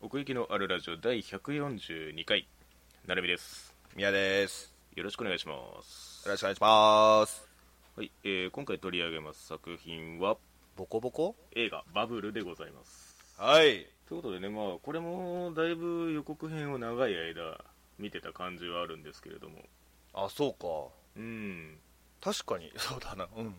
奥行きのあるラジオ第142回なるみです宮です。よろしくお願いしますよろしくお願いします。はい、えー今回取り上げます作品はボコボコ映画「バブル」でございますはい。ということでねまあこれもだいぶ予告編を長い間見てた感じはあるんですけれどもあ、そううんか。確かに、 そうだな。うん、うん。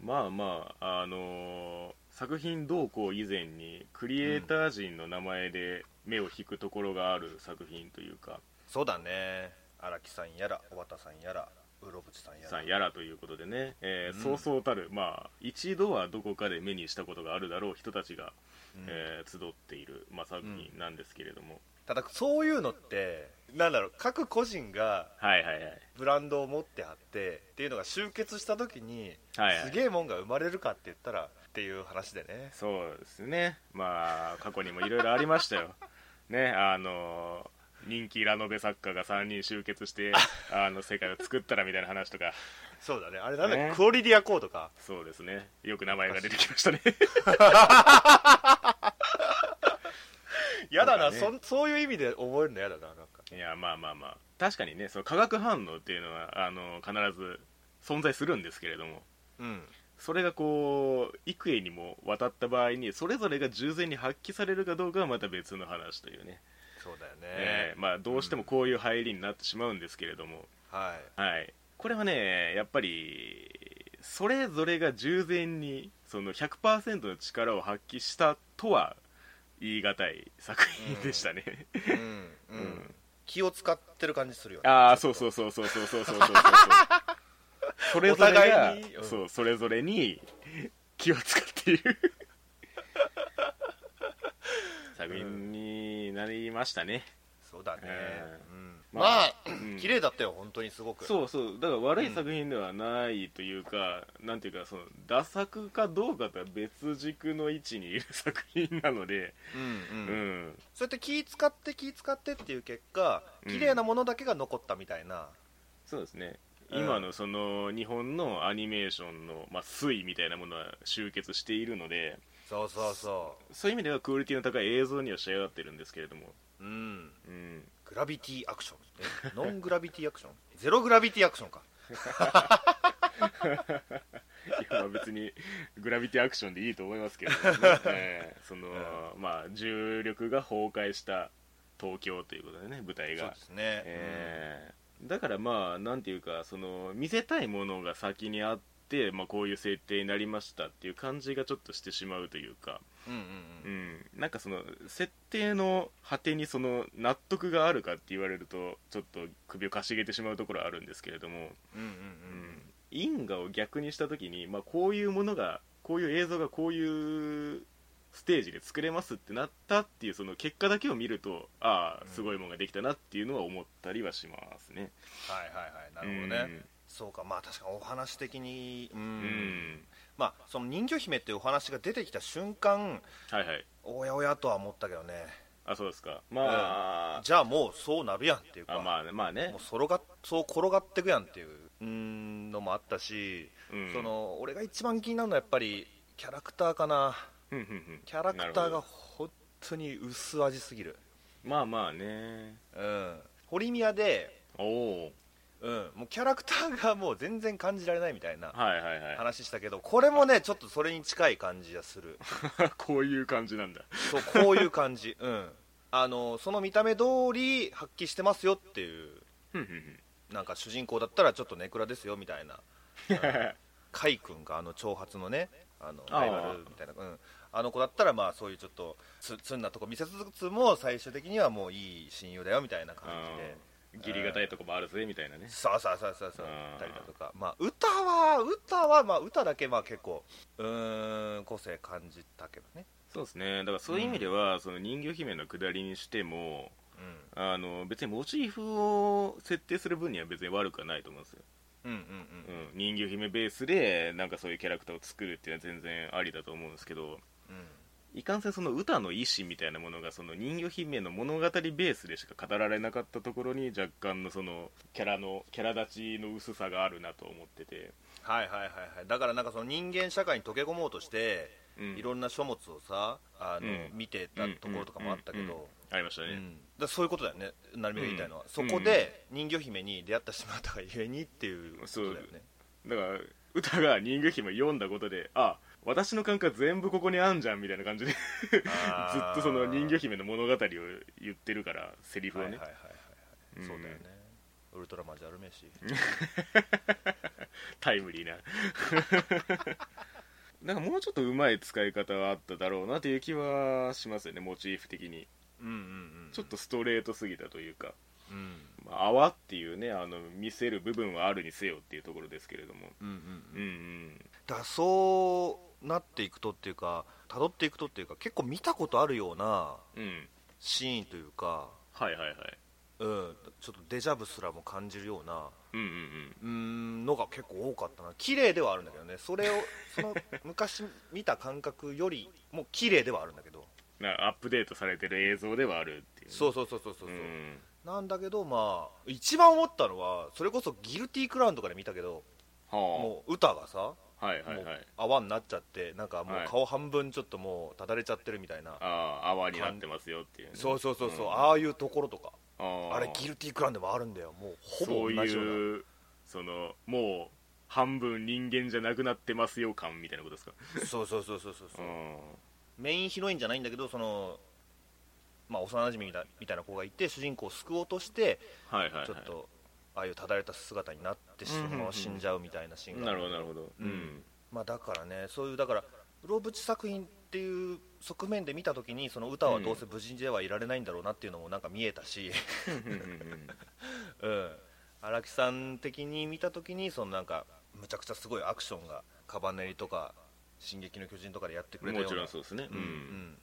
まあまああのー作品動向以前にクリエイター陣の名前で目を引くところがある作品というか、そうだね。荒木さんやら、小畑さんやら、うろぶちさんやさら。んやらということでね、えーうんそうそうたる、まあ、一度はどこかで目にしたことがあるだろう人たちが、うんえー集っている、まあ、作品なんですけれども、ただ、そういうのって、なんだろう、各個人がはいはいはいブランドを持ってあって、っていうのが集結した時に、はいはいすげえもんが生まれるかって言ったら、っていう話でね。そうですねまあ過去にもいろいろありましたよ ねあの人気ラノベ作家が3人集結 してあの世界を作ったらみたいな話とかそうだね。あれなんだっけ、ねクオリティアコードか。そうですねよく名前が出てきましたね やだそうな、だそんそういう意味で覚えるのやだな、なんか。いやまあまあまあ確かにねその化学反応っていうのはあの必ず存在するんですけれどもうん。それがこう幾重にも渡った場合にそれぞれが従前に発揮されるかどうかはまた別の話というね、そうだよね。えーまあ、どうしてもこういう入りになってしまうんですけれども、はい。はい、これはねやっぱりそれぞれが従前にその100%の力を発揮したとは言い難い作品でしたね、うんううんん、気を使ってる感じするよねああそうそううそうそうそうそうそうそうそうそれぞれおが互いにうんそうそれぞれに気を使っている作品になりましたね、そうだね、えーうんままああ、ん綺麗だったよ本当にすごくうそうそうだから悪い作品ではないというか、なんていうかそのダ作かどうかとは別軸の位置にいる作品なのでんうん、うんそうやって気使って気使ってっていう結果うん綺麗なものだけが残ったみたいな、そうですねうん今のその日本のアニメーションの、まあ、推移みたいなものは集結しているのでそうそうそそういう意味ではクオリティの高い映像には仕上がってるんですけれども、ううんうん、グラビティアクションえ ノングラビティアクションゼログラビティアクションかいやまあ別にグラビティアクションでいいと思いますけど、 ねええその、まあ、重力が崩壊した東京ということでね舞台そうがで、すね、ええだからまあなんていうかその見せたいものが先にあって、まあ、こういう設定になりましたっていう感じがちょっとしてしまうというか、うんううんうんうんん、なんかその設定の果てにその納得があるかって言われるとちょっと首をかしげてしまうところはあるんですけれども、うんうん因果を逆にした時に、まあ、こういうものがこういう映像がこういうステージで作れますってなったっていうその結果だけを見るとああうんすごいものができたなっていうのは思ったりはしますね。はいはいはいなるほどね、そうかまあ確かにお話的にうん、うん、うんまあその人魚姫っていうお話が出てきた瞬間はいはいおやおやとは思ったけどねあそうですかまあ、じゃあもうそうなるやんっていうかあまあねまあねもうそろがそう転がってくやんっていううーんのもあったし、うんその俺が一番気になるのはやっぱりキャラクターかなふんふんふんキャラクタなるーほがど本当に薄味すぎるまあまあねうん堀宮で、おおうん、もうキャラクターがもう全然感じられないみたいなはいはいはい話したけどこれもねちょっとそれに近い感じがする こういう感じなんだそうこういう感じ、うん、あのその見た目通り発揮してますよっていうふんふんふんなんか主人公だったらちょっとネクラですよみたいな カイ君があの長髪のねあのあーライバルみたいな、うん、あの子だったらまあそういうちょっとつつんなとこ見せつつも最終的にはもういい親友だよみたいな感じでうん義理がたいとこもあるぜみたいなねさあさあさあさあさうんあたりだとかまあ歌は歌はまあ歌だけまあ結構うーん個性感じたけどねそうですねだからそういう意味では、その人魚姫の下りにしてもあの別にモチーフを設定する分には別に悪くはないと思うんですよ、うんうんううんん、うん人魚姫ベースでなんかそういうキャラクターを作るっていうのは全然ありだと思うんですけどうんいかんせんその歌の意思みたいなものがその人魚姫の物語ベースでしか語られなかったところに若干のそのキャラのキャラ立ちの薄さがあるなと思ってて、はいはいはいはいだからなんかその人間社会に溶け込もうとしてうんいろんな書物をさあの、うん見てたところとかもあったけど、うんうんうんありましたうね、ん、だからそういうことだよね成美が言いたいのは、そこで人魚姫に出会ってしまったがゆえにっていうことだよ ねだから歌が人魚姫読んだことであ私の感覚全部ここにあんじゃんみたいな感じでずずっとその人魚姫の物語を言ってるからセリフをはいね、はいはいはい、うんそうだよねウルトラマンじゃあるめえしタイムリーな なんかもうちょっとうまい使い方はあっただろうなという気はしますよねモチーフ的にうんうんうんちょっとストレートすぎたというかうんまあ泡っていうねあの見せる部分はあるにせよっていうところですけれどもうんうんううんんうんだからそうなっていくとっていうか辿っていくとっていうか結構見たことあるようなうんシーンというかはいはいはいうん、ちょっとデジャブすらも感じるようなうんうんうんうーんのが結構多かったな綺麗ではあるんだけどねそれを その昔見た感覚よりも綺麗ではあるんだけどなんかアップデートされてる映像ではあるっていうね、そうそうそうそうそう、うんなんだけどまあ一番思ったのはそれこそギルティークラウンとかで見たけどはもう歌がさあはいはいもうはい泡になっちゃってなんかもうはい顔半分ちょっともうただれちゃってるみたいな、ああ泡になってますよっていうね、そうそうそうそう、んああいうところとかああれギルティークラウンでもあるんだよもうほそぼう同じようないうそのもう半分人間じゃなくなってますよ感みたいなことですかそうそうそうそうそううそう、んメインヒロインじゃないんだけどその、まあ、幼馴染みだみたいな子がいて主人公を救おうとしてはいはい、はい、ちょっとああいうただれた姿になってそのまま死んじゃうみたいなシーンが、なるほどなるほどうんまあ、だからねそういうだからうろぶち作品っていう側面で見た時にその歌はどうせ無事ではいられないんだろうなっていうのもなんか見え たし、うんうんうんうん、荒木さん的に見た時にそのなんかむちゃくちゃすごいアクションがカバネリとか「進撃の巨人」とかでやってくうれんたよ もちうなろんそうですねううんん、うん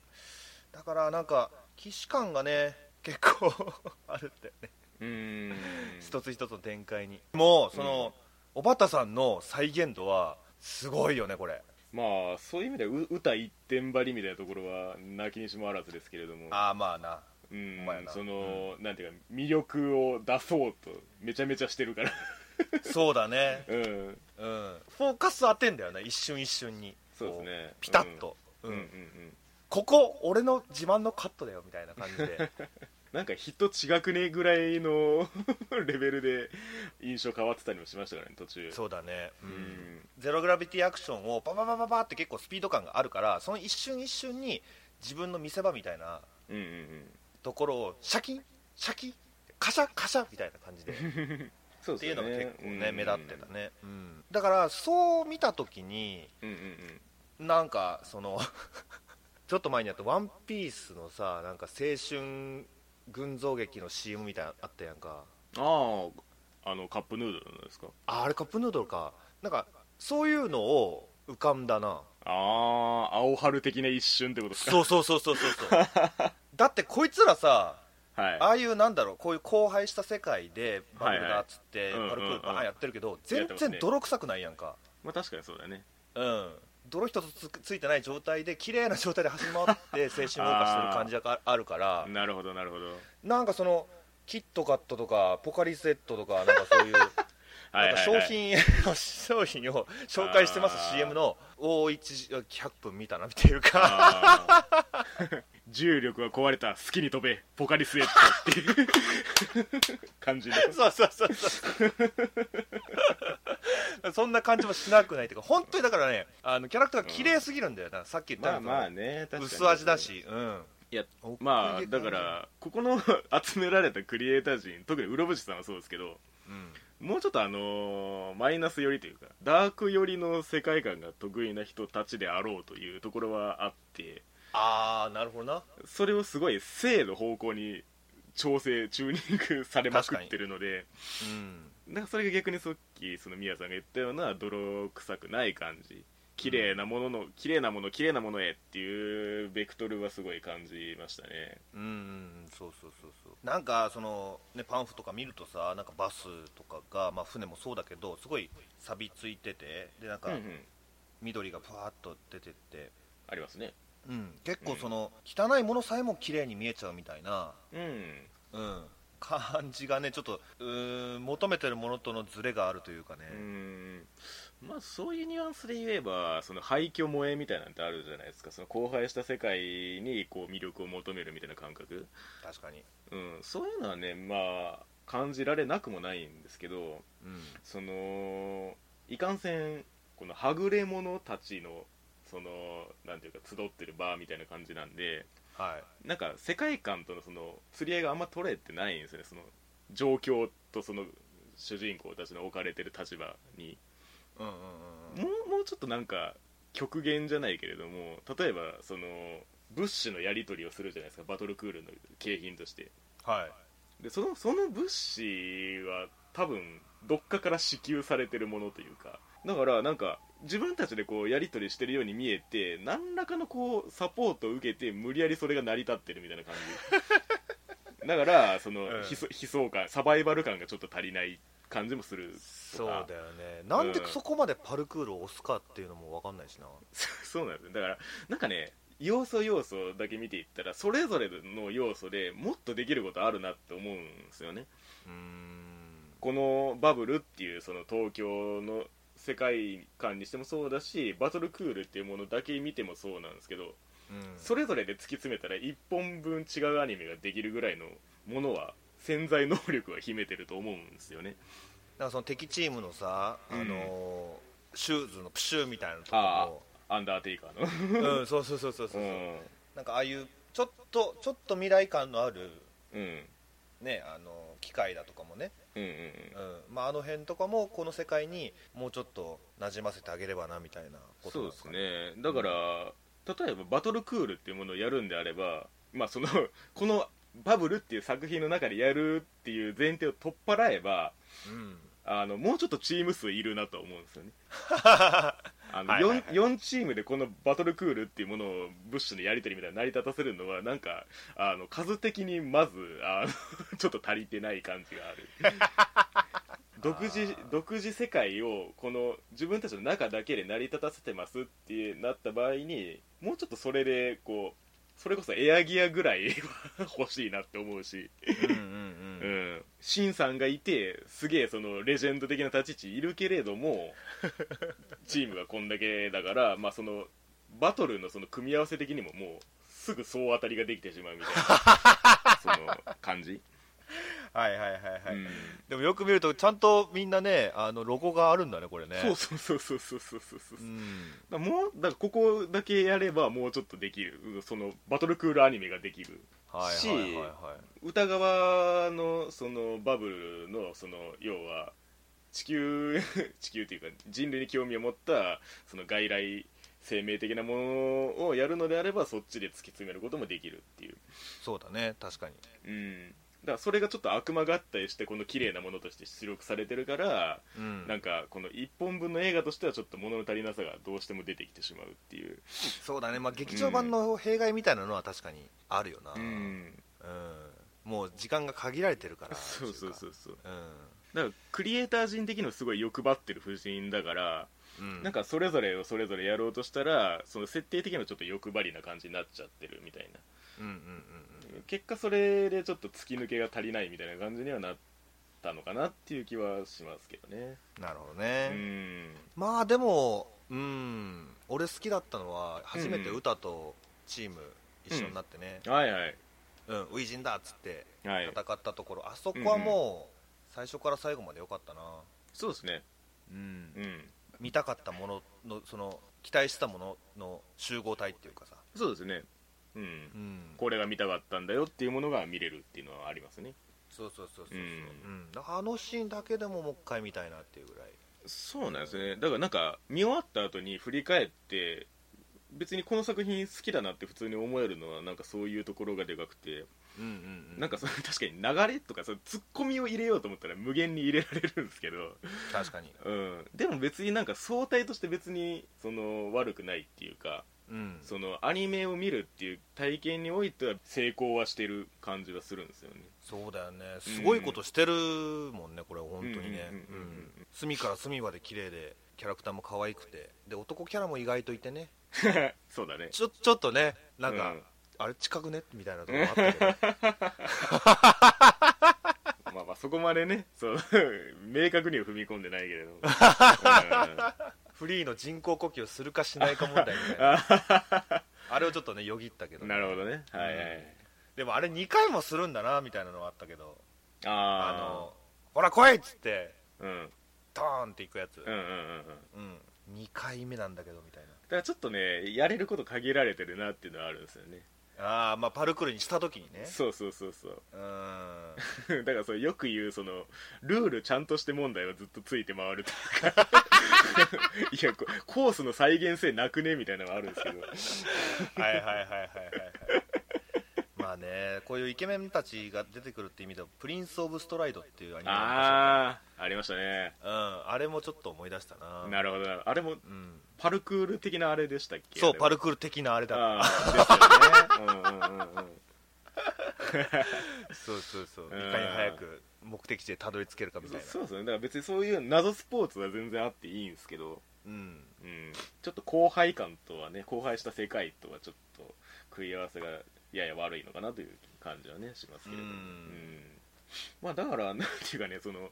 だからなんか既視感がね結構 あるんだよね、うーん一つ一つの展開にもうその、おばたさんの再現度はすごいよねこれまあそういう意味ではう歌一点張りみたいなところはなきにしもあらずですけれどもああまあなうほんんまやなその、なんていうか魅力を出そうとめちゃめちゃしてる からそうだねうんうんフォーカス当てんだよね一瞬一瞬にそうですねこうピタッと、ううんんうんうんここ俺の自慢のカットだよみたいな感じ でなんか人違くねぐらいの レベルで印象変わってたりもしましたからね途中そうだねう、うんんゼログラビティアクションをパパパパパって結構スピード感があるからその一瞬一瞬に自分の見せ場みたいなうんうんうんところをシャキンシャキンカシャカシャみたいな感じでっ そうでていすうのよがね結構ね、うん目立ってたね、だからそう見た時にうんうんうんなんかその ちょっと前にあった「ワンピースのさなんか青春群像劇の CM みたいなのあったやんかあああのカップヌードルのですかああれカップヌードルかなんかそういうのを浮かん だなああ青春的な一瞬ってことですかそうそうそうそうそうそうだってこいつらさはい ああいうなんだろうこういう荒廃した世界でバはいはいブルだっつってうんうんうんパルクールバーンやってるけどやっ全てます然ね泥臭くないやんかまあ確かにそうだねうん泥一つつくついてない状態で綺麗な状態で走り 回って青春謳歌してる感じがああるからなるほどなるほどなんかそのキットカットとかポカリスエットとかなん かそういうなんか商品商品を紹介してますあー CM のを1 100分見たなっていうかあー 重力が壊れた好きに飛べポカリスエットっていう 感じのそうそうそうそう。そんな感じもしなくないというか、本当にだからね、あのキャラクターが綺麗すぎるんだよな、さっき言ったようなねその薄味だし、うん。いや奥まあ行きだがねからここの 集められたクリエイター陣特にうろぶちさんはそうですけどうん、もうちょっとあのーマイナス寄りというかダーク寄りの世界観が得意な人たちであろうというところはあってあー、なるほどな。それをすごい正の方向に調整チューニングされまくってるのでうん。なんかそれが逆にさっきその宮さんが言ったような泥臭くない感じ綺麗なものの綺麗なもの綺麗なものへっていうベクトルはすごい感じましたねうんうん、そうそうそうそうなんかその、ね、パンフとか見るとさなんかバスとかが、まあ、船もそうだけどすごい錆びついててでなんかうんうん緑がパーッと出てって、ありますねうん、結構その汚いものさえも綺麗に見えちゃうみたいなうんうん、感じがねちょっとうーん求めてるものとのズレがあるというかね、うんまあそういうニュアンスで言えばその廃墟萌えみたいなんてあるじゃないですかその荒廃した世界にこう魅力を求めるみたいな感覚、確かに、うん、そういうのはねまあ感じられなくもないんですけどうん、そのいかんせんこのはぐれ者たちのそのなんていうか集ってるバーみたいな感じなんではいなんか世界観とのその釣り合いがあんま取れてないんですよねその状況とその主人公たちの置かれてる立場にうんうんうんもうもうちょっとなんか極限じゃないけれども例えばその物資のやり取りをするじゃないですかバトルクールの景品としてはいでそのその物資は多分どっかから支給されてるものというかだからなんか自分たちでこうやり取りしてるように見えて何らかのこうサポートを受けて無理やりそれが成り立ってるみたいな感 じだからその、ん悲壮悲壮感サバイバル感がちょっと足りない感じもするそうだよねなんでそこまでパルクールを押すかっていうのも分かんないしな、 そうなんですよだからなんかね要素要素だけ見ていったらそれぞれの要素でもっとできることあるなって思うんですよねうーんこのバブルっていうその東京の世界観にしてもそうだしバトルクールっていうものだけ見てもそうなんですけどうんそれぞれで突き詰めたら1本分違うアニメができるぐらいのものは潜在能力は秘めてると思うんですよねなんかその敵チームのさ、あのーシューズのプシューみたいなとこあもあアンダーテイカーのうん、そうそうそうそうそうう、んなんかああいうちょっとちょっと未来感のあるうんねあの機械だとかもね、うんうんうんまあ、あの辺とかもこの世界にもうちょっと馴染ませてあげればなみたいなうんことそうなんですかねだから例えばバトルクールっていうものをやるんであればまあそのこのバブルっていう作品の中でやるっていう前提を取っ払えばうんあのもうちょっとチーム数いるなと思うんですよね あのはいはいはい 4, 4チームでこのバトルクールっていうものをブッシュのやり取りみたいに成り立たせるのはなんかあの数的にまずあの ちょっと足りてない感じがある 独自独自世界をこの自分たちの中だけで成り立たせてますってなった場合にもうちょっとそれでこうそれこそエアギアぐらいは 欲しいなって思うしうんうんううんん、シンさんがいてすげえそのレジェンド的な立ち位置いるけれど もチームがこんだけだから、まあ、そのバトルのその組み合わせ的にももうすぐ総当たりができてしまうみたい なその感じ、はいはいはいはい、うんでもよく見るとちゃんとみんなねあのロゴがあるんだねこれねそうそうそうそうそうそうそうそううんだからもうだからここだけやればもうちょっとできるそのバトルクールアニメができるはいはいはいはい歌川のそのバブルのその要は地球 地球というか人類に興味を持ったその外来生命的なものをやるのであればそっちで突き詰めることもできるっていう、そうだね確かにうん、だからそれがちょっと悪魔合体してこの綺麗なものとして出力されてるからうんなんかこの1本分の映画としてはちょっと物の足りなさがどうしても出てきてしまうっていう、そうだね、まあ、劇場版の弊害みたいなのは確かにあるよな、うん、うんもう時間が限られてるからそうそうそうそううだからクリエイター陣的にもすごい欲張ってる夫人だからん、うん、なんかそれぞれをそれぞれやろうとしたらその設定的にはちょっと欲張りな感じになっちゃってるみたいなうんうんうん結果それでちょっと突き抜けが足りないみたいな感じにはなったのかなっていう気はしますけどねうんなるほどうね、んまあでもうん俺好きだったのは初めて歌とチーム一緒になってね、はいはいうんウイジンだっつってはい戦ったところ、あそこはもう最初から最後まで良かったなそうですねうんうん見たかったもののその期待したものの集合体っていうかさ、そうですねうんうん、これが見たかったんだよっていうものが見れるっていうのはありますねそうそうそうそうそう、うんうんあのシーンだけでももう一回見たいなっていうぐらいそうなんですねだからなんか見終わった後に振り返って別にこの作品好きだなって普通に思えるのはなんかそういうところがでかくてうんうん、なんかその 確かに流れとかそのツッコミを入れようと思ったら無限に入れられるんですけど、確かに、うん、でも別になんか総体として別にその悪くないっていうかうん、そのアニメを見るっていう体験においては成功はしてる感じはするんですよねそうだよねすごいことしてるもんね、これ本当にねうんうんうんうんうん隅から隅まで綺麗でキャラクターも可愛くてで男キャラも意外といてねそうだね ちょちょっとねなんか、うん あれ近くねみたいなとこもあったけどこまでねそう 明確には踏み込んでないけれ ども、フリーの人工呼吸するかしないか問題みたいなあ あれをちょっとねよぎったけどなるほどねはいはい、でもあれ2回もするんだなみたいなのはあったけどああのほら来いっつってあのうんドーンっていくやつうんうんうんうんだかうん、2回目なんだけどみたいらちょっとねやれること限られてるなっていうのはあるんですよねなああまあパルクールにした時にねそうそうそうそう うーんだからそれよく言うそのルールちゃんとして問題はずっとついて回ると いうかいやこコースの再現性なくねみたいなのはあるんですけどはいはいはいはいはいはいまあねこういうイケメンたちが出てくるって意味では「プリンス・オブ・ストライド」っていうアニメ ああ,、あありましたねうん、あれもちょっと思い出したななるほどなあれもうん、パルクール的なあれでしたっけそうパルルクール的なあれだああですよねうんうんうんうんそうそうそういんかに早く目的地へたどり着け るかみたいなそうそうねだから別にそういう謎スポーツは全然あっていいんですけど、うんうん、ちょっと後輩感とはね後輩した世界とはちょっと食い合わせがやや悪いのかなという感じはねしますけれども、うんまあだから なんていうかねその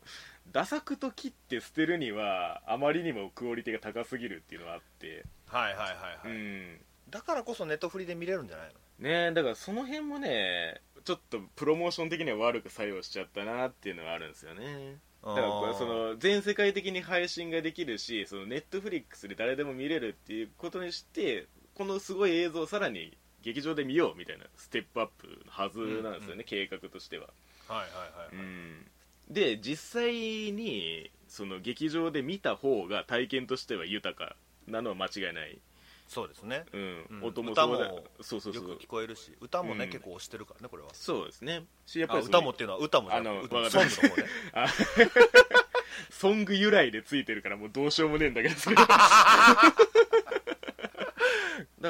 ダ作と切って捨てるにはあまりにもクオリティが高すぎるっていうのはあって、はいはいはいはい、うんだからこそネットフリで見れるんじゃないのねえだからその辺もねちょっとプロモーション的には悪く作用しちゃったなっていうのはあるんですよねだからこれその全世界的に配信ができるしそのネットフリックスで誰でも見れるっていうことにしてこのすごい映像をさらに劇場で見ようみたいなステップアップのはずなんですよね、うんうん計画としては、はいはいはい、で実際にその劇場で見た方が体験としては豊かなのは間違いない、そうですねうんうん音もそうだ歌もそうそうそよくう聞こえるし歌もね、うん結構押してるからねこれはそうですねしやっぱありその歌もっていうのは歌もじゃなあのくてわか歌ったソングの方ねあソング由来でついてるからもうどうしようもねえん だけどそれだか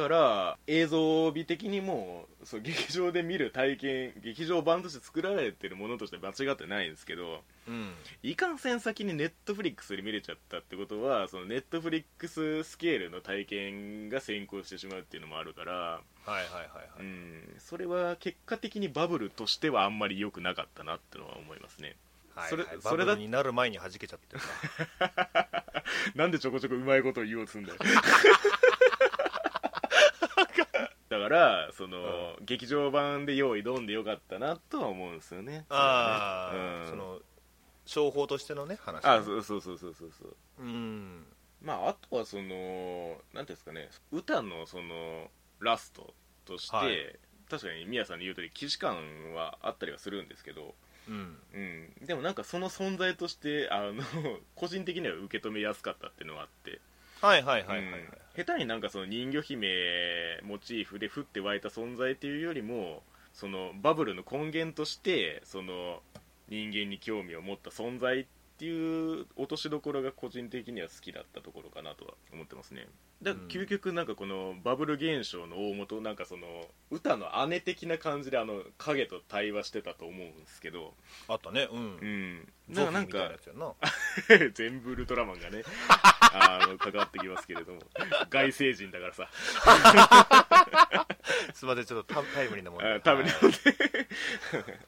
ら映像美的にもそう劇場で見る体験劇場版として作られてるものとして間違ってないんですけどうんいかんせん先にネットフリックスで見れちゃったってことはそのネットフリックススケールの体験が先行してしまうっていうのもあるから、はいはいはいはうい、ん、それは結果的にバブルとしてはあんまり良くなかったなってのは思いますねはいそれはいバそれだブルになる前に弾けちゃって るかなんでちょこちょこうまいことを言おうとすんだよ だからその、劇場版で用意どんでよかったなとは思うんですよねああ、うんその商法としてのね話あそうそうそうそうそうそううんまああとはその何ていうんですかね歌のそのラストとして、はい確かに宮さんの言う通り既視感はあったりはするんですけど、うんうん、でもなんかその存在としてあの 個人的には受け止めやすかったっていうのはあってはいはいはいはいはい、うん下手になんかその人魚姫モチーフで降って湧いた存在っていうよりもそのバブルの根源としてその人間に興味を持った存在っていう落としどころが個人的には好きだったところかなとは思ってますねだからうん究極なんかこのバブル現象の大元なんかその歌の姉的な感じであの影と対話してたと思うんですけどあったねうん、うんゾだかフらなィんかーみたいなやつやんな 全部ウルトラマンがね あの関わってきますけれども外星人だからさすいませんちょっとタタイムリーなもんあで多分ね はい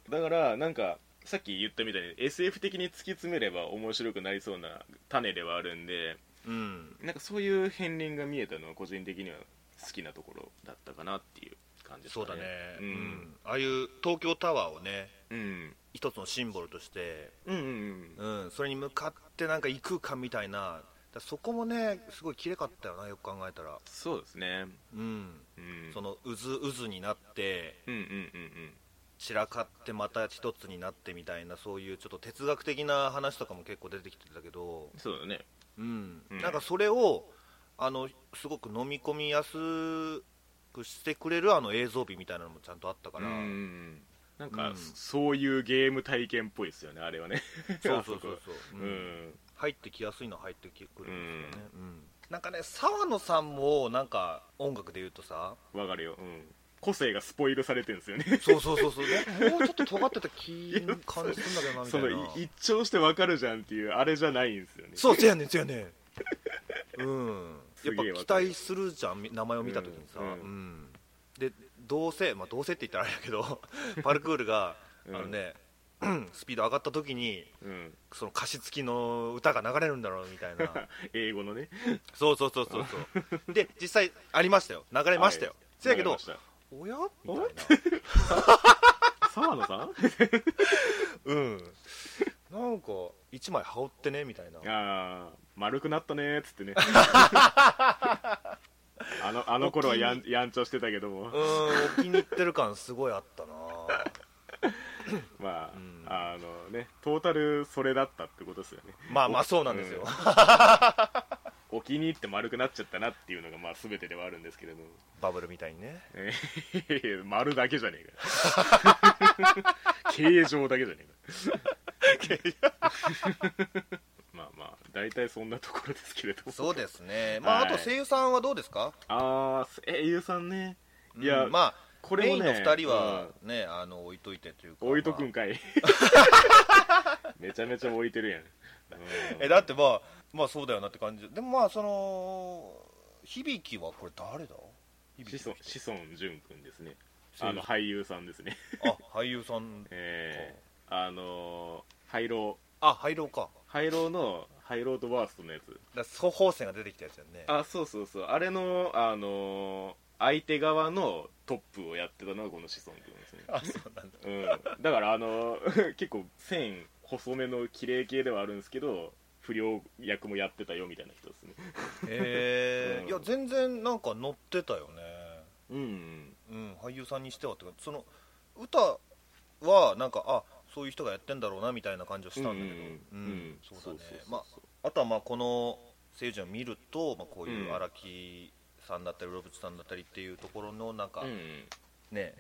だからなんかさっき言ったみたいに SF 的に突き詰めれば面白くなりそうな種ではあるんでうんなんかそういう片鱗が見えたのは個人的には好きなところだったかなっていう感じですそうかだねね、うんああいう東京タワーをねうん、うん、一つのシンボルとしてうんうんうんうん、それに向かってなんか異空間みたいなだそこもねすごい綺麗かったよなよく考えたらそうですねうん、うんその渦渦になってうんうんうん散らかってまた一つになってみたいなそういうちょっと哲学的な話とかも結構出てきてたけどうん、そうだねうんうんなんかそれをあのすごく飲み込みやすくしてくれるあの映像美みたいなのもちゃんとあったかうんら、うんうんなんか、うんそういうゲーム体験っぽいですよねあれはね そ うそうそうあそう、こううんん入ってきやすいのは入ってきくるんですよね、うんなんかね澤野さんもなんか音楽で言うとさわかるよ、うん、個性がスポイルされてるんですよねそうそうそうそうねもうちょっと尖ってた気感じするんだけどなみ たそいのない一聴してわかるじゃんっていうあれじゃないんですよねそうせやねんせやねんうんすやっげえわかるぱ期待するじゃんみ名前を見た時にさ、ううんんでどうせまあどうせって言ったらあれやけど パルクールが、うんあのね スピード上がった時にうん、その歌詞付きの歌が流れるんだろうみたい な英語のねそうそうそうそうそうで実際ありましたよ流れましたよ、はいせやけど流れましおやみたいなた沢野さ んうんなんか1枚羽織ってねみたいなああ丸くなったねーっつ ってねあのあの頃はやんやんちょしてたけどもうーんお気に入ってる感すごいあったなまあ、んあのねトータルそれだったってことですよねまあまあそうなんですよ、お気に入って丸くなっちゃったなっていうのがまあ全てではあるんです けれども、バブルみたいにねえー丸だけじゃねえ か形状だけじゃねえかまあまあ大体そんなところですけれどもそうですねまあ、はいあと声優さんはどうですかああ声優さんねいや、うんまあこれもねメインの2人はね、あの置いといてというか置いとくまんかい めちゃめちゃ置いてるやん、あえだってまあまあそうだよなって感じでもまあその響はこれ誰だうん、響志き尊の人志尊淳君ですね声優あの俳優さんですねあ俳優さんえー、あのー、廃炉あ廃炉か廃炉の廃炉とワーストのやつだから処方箋が出てきたやつよねあそうそうそうあれのあのー相手側のトップをやってたのがこの志尊君ですね、あそうなんだうん、だからあのー 結構線細めの綺麗系ではあるんですけど不良役もやってたよみたいな人ですねへえ、うんいや全然なんか乗ってたよねうんうん俳優さんにしてはってかその歌はなんかあそういう人がやってんだろうなみたいな感じはしたんだけどうんうんうんうんそうだねそうそうそうそうまああとはまあこの声優陣を見ると、まあ、こういううん荒木さんだったりロブチさんだったりっていうところのなんか、うんね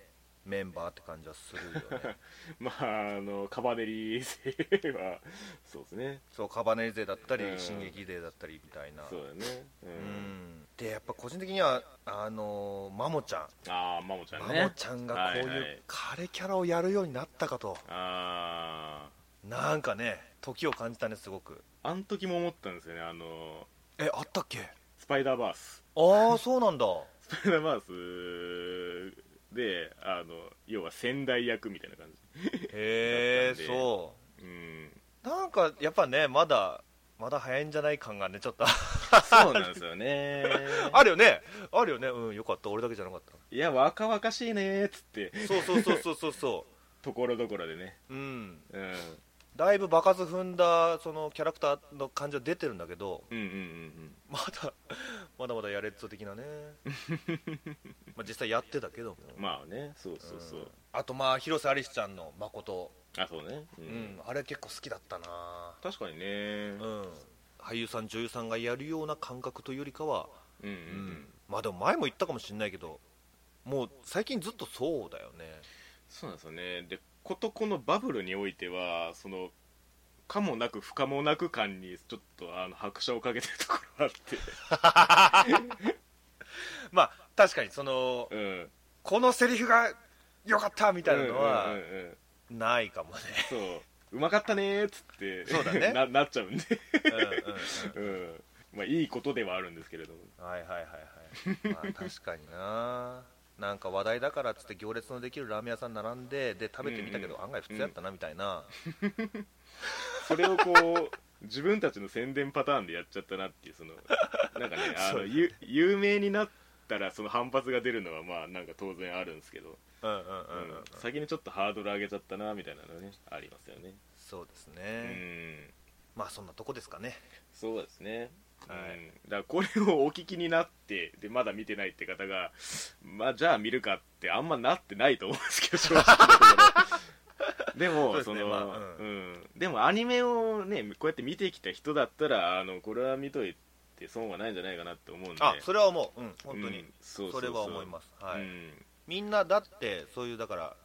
メンバーって感じはするよ ねまあ、あの、カバネリ勢は、そうですね。そうカバネリ勢だったり、うん進撃勢だったりみたいなそうだね。う。うんんでやっぱ個人的にはあのーマモちゃんああ、マモちゃんマね。モちゃんがこうはいいはうい彼キャラをやるようになったかとあなんかね時を感じたねすごくあ、あの時も思ったんですよね。あの、えあったっけスパイダーバース。 ああそうなんだスパイダーバースで、あの、要は仙台役みたいな感だへえったんでそじ。うん。うなんかやっぱねまだまだ早いんじゃない感がねちょっとそうなんですよね。 あるよねあるよねうんよかった俺だけじゃなかっいや、若々しいねーっつって、たそうそうそうそうそうそところどころでね。う うんうん。うんだいぶ場数踏んだそのキャラクターの感じは出てるんだけどうんうんうん。まだまだまだやれっぞ 的なねまあ実際やってたけどもまあね、そうそうそう。んあとまあ広瀬アリスちゃんの誠あ、そうね。う。うんん、あれ結構好きだったな確かにね。うん俳優さん女優さんがやるような感覚というよりかは、うんうんううんん。まあでも前も言ったかもしれないけどもう最近ずっとそうだよねそうなんですよねでことこのバブルにおいてはそのかもなく不可もなく感にちょっとあの拍車をかけてるところがあって、まあ確かにそのうん、このセリフが良かったみたいなのうんはうんうんうんないかもねそううまかったねーっつってそうだ ねななっちゃ うんで、うんうんうんまあ、いいことではあるんですけれどもうんはいはいはいはい、ま あ、確かにななんか話題だからっつって行列のできるラーメン屋さん並んでで食べてみたけどうんうん案外普通やったなみたいな、それをこう自分たちの宣伝パターンでやっちゃったなっていうそのなんかね あそのうゆ有名になったらその反発が出るのはまあなんか当然あるんですけど、うん、うんうんうんうん、うん先にちょっとハードル上げちゃったなみたいなのねありますよねそうですうね、んまあそんなとこですかねそうですね、はいうんだからこれをお聞きになってでまだ見てないって方が、まあ、じゃあ見るかってあんまなってないと思うんですけど正直なところ でもそうですそねの、まあううんでもアニメをねこうやって見てきた人だったらあのこれは見といて損はないんじゃないかなって思うんであそれは思う、うん、本当に、うんそうそうそそうれは思います、はいうんみんなだってそういうだから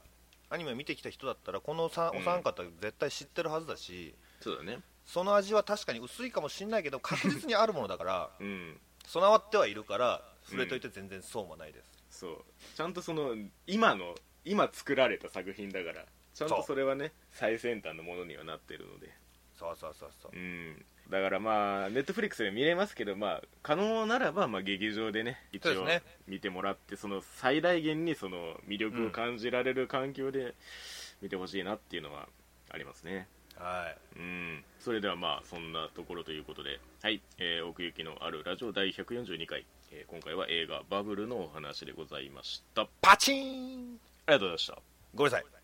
アニメ見てきた人だったらこのさうんお三方絶対知ってるはずだし、そうだねその味は確かに薄いかもしれないけど確実にあるものだからうん備わってはいるから触れといて全然損はないです、そうちゃんとその今の今作られた作品だからちゃんそとうそれはね最先端のものにはなってるのでそうそうそうそううんだからまあネットフリックスで見れますけど、まあ、可能ならばまあ劇場でね一そう応ですね見てもらってその最大限にその魅力を感じられる環境で見てほしいなっていうのはありますねはういんそれではまあそんなところということではい、えー奥行きのあるラジオ第142回、えー今回は映画「バブル」のお話でございましたあパチンりがとうございましたごめんなさい